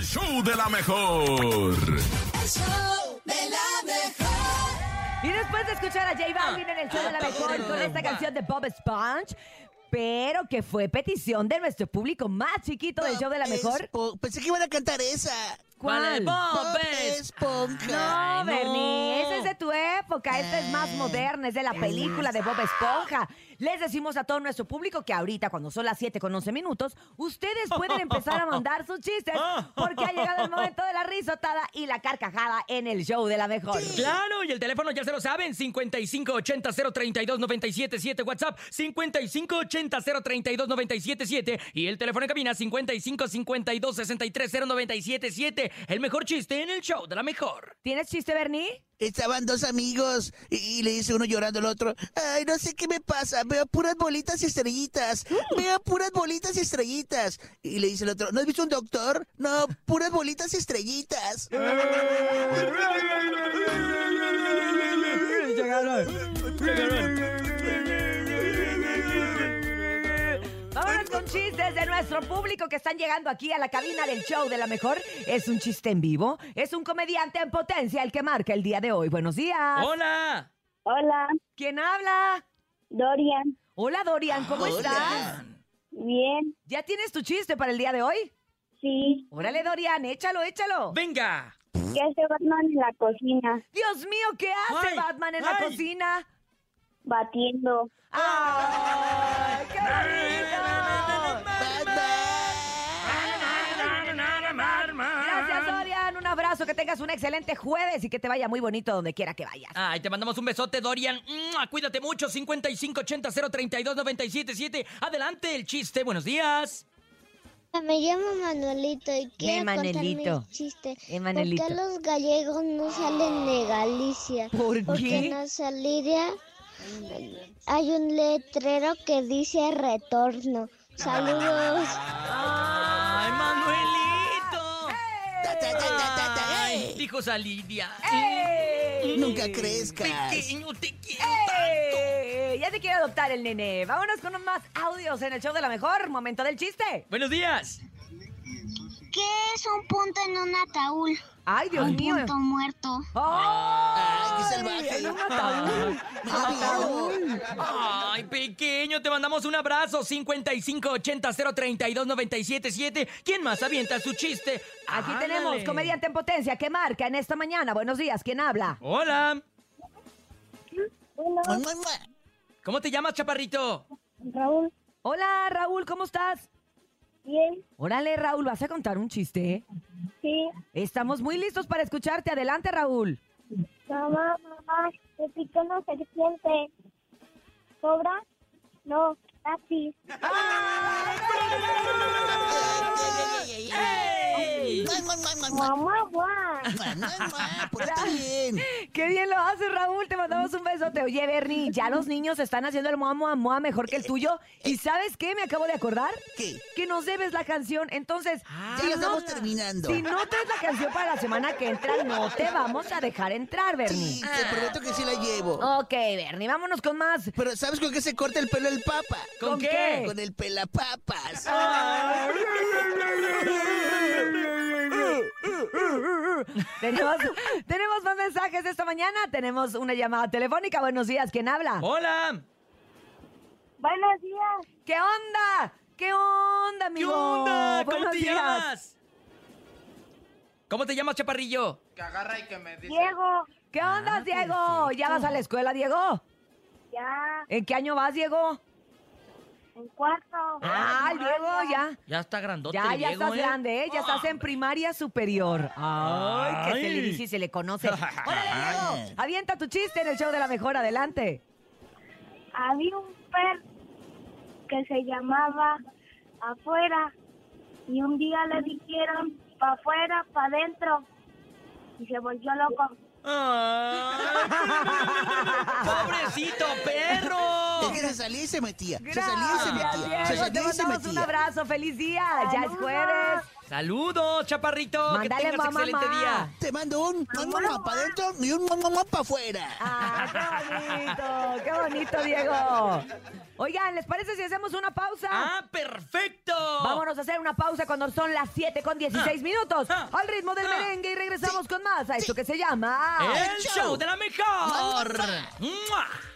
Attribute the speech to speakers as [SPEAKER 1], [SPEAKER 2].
[SPEAKER 1] show de la mejor.
[SPEAKER 2] El show de la mejor.
[SPEAKER 3] Y después de escuchar a J Balvin en el show de la mejor con esta canción de Bob Sponge, pero que fue petición de nuestro público más chiquito del show de la
[SPEAKER 4] Bob
[SPEAKER 3] mejor.
[SPEAKER 4] Espo- Pensé que iban a cantar esa.
[SPEAKER 3] ¿Cuál? No,
[SPEAKER 4] Bob Esponja.
[SPEAKER 3] Bernie, esa es de tu época, esta es más moderna, es de la película de
[SPEAKER 4] ah.
[SPEAKER 3] Bob Esponja. Les decimos a todo nuestro público que ahorita, cuando son las 7 con 11 minutos, ustedes pueden empezar a mandar sus chistes porque ha llegado el momento de la risotada y la carcajada en el show de la mejor.
[SPEAKER 5] Claro, y el teléfono ya se lo saben, 5580-032-977, WhatsApp 5580-032-977 y el teléfono en cabina 5552-630977, el mejor chiste en el show de la mejor.
[SPEAKER 3] ¿Tienes chiste, Bernie?
[SPEAKER 4] Estaban dos amigos y, y le dice uno llorando al otro, ay, no sé qué me pasa, veo puras bolitas y estrellitas,
[SPEAKER 3] Mm.
[SPEAKER 4] veo puras bolitas y estrellitas. Y le dice el otro, ¿no has visto un doctor? No, puras bolitas y estrellitas.
[SPEAKER 3] Vámonos con chistes de nuestro público que están llegando aquí a la cabina del show de la mejor. Es un chiste en vivo, es un comediante en potencia el que marca el día de hoy. Buenos días.
[SPEAKER 5] Hola.
[SPEAKER 6] Hola,
[SPEAKER 3] ¿Quién habla?
[SPEAKER 6] Dorian.
[SPEAKER 3] Hola Dorian, ¿cómo
[SPEAKER 4] Hola.
[SPEAKER 3] estás?
[SPEAKER 6] Bien,
[SPEAKER 3] ¿Ya tienes tu chiste para el día de hoy?
[SPEAKER 6] sí.
[SPEAKER 3] Órale Dorian, échalo, échalo.
[SPEAKER 5] Venga.
[SPEAKER 6] ¿Qué hace Batman en la cocina?
[SPEAKER 3] Dios mío, ¿qué hace
[SPEAKER 5] Ay,
[SPEAKER 3] Batman en la
[SPEAKER 5] ay.
[SPEAKER 3] cocina?
[SPEAKER 6] Batiendo.
[SPEAKER 3] ¡Ay, qué bonito! Gracias Dorian, un abrazo, que tengas un excelente jueves y que te vaya muy bonito donde quiera que vayas.
[SPEAKER 5] Ay, te mandamos un besote, Dorian. ¡Mua! Cuídate mucho, 5580-032-977. Adelante el chiste, buenos días.
[SPEAKER 7] Ah, Me llamo Manuelito y quiero
[SPEAKER 3] Manuelito.
[SPEAKER 7] contar mi chiste.
[SPEAKER 3] Eh, Manuelito.
[SPEAKER 7] ¿Por qué los gallegos no salen de Galicia?
[SPEAKER 3] ¿Por
[SPEAKER 7] Porque
[SPEAKER 3] qué?
[SPEAKER 7] en la salida hay un letrero que dice retorno.
[SPEAKER 3] Ah.
[SPEAKER 7] Saludos.
[SPEAKER 5] ¡Ay, Manuelito!
[SPEAKER 4] Ta, ta, ta, ta, ta, ta,
[SPEAKER 5] Ay,
[SPEAKER 4] ey.
[SPEAKER 5] dijo Salidia.
[SPEAKER 3] ¡Ey!
[SPEAKER 4] Nunca crezcas.
[SPEAKER 5] Pequeño, te quiero tanto.
[SPEAKER 3] ¡Ey! Ya te quiero adoptar el nene. Vámonos con más audios en el show de la mejor. Momento del chiste.
[SPEAKER 5] Buenos días.
[SPEAKER 7] ¿Qué es un punto en un ataúd?
[SPEAKER 3] Ay, Dios mío.
[SPEAKER 7] muerto.
[SPEAKER 3] ¡Ay!
[SPEAKER 4] Ay, qué salvaje.
[SPEAKER 3] En un ataúd.
[SPEAKER 4] Me da miedo.
[SPEAKER 5] Ay, pequeño, te mandamos un abrazo. 5580-032-977. ¿Quién más avienta su chiste?
[SPEAKER 3] Aquí
[SPEAKER 5] Ándale.
[SPEAKER 3] tenemos comediante en potencia que marca en esta mañana. Buenos días, ¿quién habla?
[SPEAKER 5] Hola.
[SPEAKER 3] Ah.
[SPEAKER 4] Mua, mua, mua.
[SPEAKER 5] ¿Cómo te llamas, chaparrito?
[SPEAKER 6] Raúl,
[SPEAKER 3] Hola, Raúl, ¿cómo estás?
[SPEAKER 6] bien,
[SPEAKER 3] Órale, Raúl, ¿vas a contar un chiste?
[SPEAKER 6] sí.
[SPEAKER 3] Estamos muy listos para escucharte. Adelante, Raúl.
[SPEAKER 6] Mamá, mamá, me picó una serpiente. ¿Cobra? No, taxi.
[SPEAKER 5] ¡Ey!
[SPEAKER 4] Mua, mua, mua, mua, mua.
[SPEAKER 6] Mamá, mamá.
[SPEAKER 4] Mua, mua, mua. Pórtate bien.
[SPEAKER 3] ¡Qué bien lo haces, Raúl! Te mandamos un besote. Oye, Bernie, ya los niños están haciendo el moa moa moa mejor que el tuyo. ¿Y sabes qué? Me acabo de acordar
[SPEAKER 4] ¿Qué?
[SPEAKER 3] que nos debes la canción. Entonces,
[SPEAKER 5] Ah,
[SPEAKER 4] Ya la estamos terminando.
[SPEAKER 3] si no traes la canción para la semana que entra, no te vamos a dejar entrar,
[SPEAKER 4] Sí,
[SPEAKER 3] Bernie.
[SPEAKER 4] te prometo que sí la llevo.
[SPEAKER 3] Ok, Bernie, vámonos con más.
[SPEAKER 4] Pero ¿sabes con qué se corta el pelo el papa?
[SPEAKER 5] ¿Con,
[SPEAKER 3] ¿Con
[SPEAKER 5] qué?
[SPEAKER 3] qué?
[SPEAKER 4] Con el pelapapas.
[SPEAKER 3] tenemos, tenemos más mensajes esta mañana. Tenemos una llamada telefónica. Buenos días, ¿quién habla?
[SPEAKER 5] Oh. Hola.
[SPEAKER 6] Buenos días,
[SPEAKER 3] ¿Qué onda? ¿Qué onda,
[SPEAKER 5] ¿Qué
[SPEAKER 3] amigo?
[SPEAKER 5] onda? ¿Cómo
[SPEAKER 3] Buenos
[SPEAKER 5] te
[SPEAKER 3] días.
[SPEAKER 5] llamas? ¿Cómo te llamas, chaparrillo?
[SPEAKER 6] Diego.
[SPEAKER 3] ¿Qué
[SPEAKER 5] Ah,
[SPEAKER 3] onda, Diego? ¿Ya vas a la escuela, Diego?
[SPEAKER 6] Ya,
[SPEAKER 3] ¿En qué año vas, Diego?
[SPEAKER 6] en cuarto.
[SPEAKER 3] Ah, Diego, ya.
[SPEAKER 5] Ya está grandote
[SPEAKER 3] Ya,
[SPEAKER 5] el
[SPEAKER 3] ya
[SPEAKER 5] Diego,
[SPEAKER 3] estás
[SPEAKER 5] ¿eh?
[SPEAKER 3] grande, ¿eh? Ya estás en primaria superior. Ay, que se le
[SPEAKER 5] Ay.
[SPEAKER 3] dice y se le conoce. ¡Órale, Diego! Avienta tu chiste en el show de la mejor, adelante.
[SPEAKER 6] Había un perro que se llamaba afuera y un día le dijeron pa' afuera, pa' adentro y se volvió loco.
[SPEAKER 5] Ay. ¡Pobrecito perro! ¡Eso!
[SPEAKER 4] Es que se salía y se metía. Se
[SPEAKER 3] Gracias,
[SPEAKER 4] salía y se metía. Se
[SPEAKER 3] Diego. Te
[SPEAKER 4] salía y se
[SPEAKER 3] mandamos un
[SPEAKER 4] metía.
[SPEAKER 3] abrazo. ¡Feliz día! Ya es
[SPEAKER 6] Saludos.
[SPEAKER 3] jueves.
[SPEAKER 5] ¡Saludos, chaparrito!
[SPEAKER 3] Mándale,
[SPEAKER 5] ¡Que tengas
[SPEAKER 3] mamá,
[SPEAKER 5] excelente
[SPEAKER 3] mamá.
[SPEAKER 5] día!
[SPEAKER 4] Te mando un mamá para adentro y un mamá para afuera.
[SPEAKER 3] ¡Ah, qué bonito! ¡Qué bonito, Diego! Oigan, ¿les parece si hacemos una pausa?
[SPEAKER 5] ¡Ah, perfecto!
[SPEAKER 3] Vámonos a hacer una pausa cuando son las 7 con 16
[SPEAKER 5] Ah.
[SPEAKER 3] minutos.
[SPEAKER 5] Ah.
[SPEAKER 3] Al ritmo del
[SPEAKER 5] Ah. Eh,
[SPEAKER 3] merengue y regresamos con más a esto que se llama...
[SPEAKER 5] ¡El show de la mejor!
[SPEAKER 4] Mamá.
[SPEAKER 5] ¡Mua!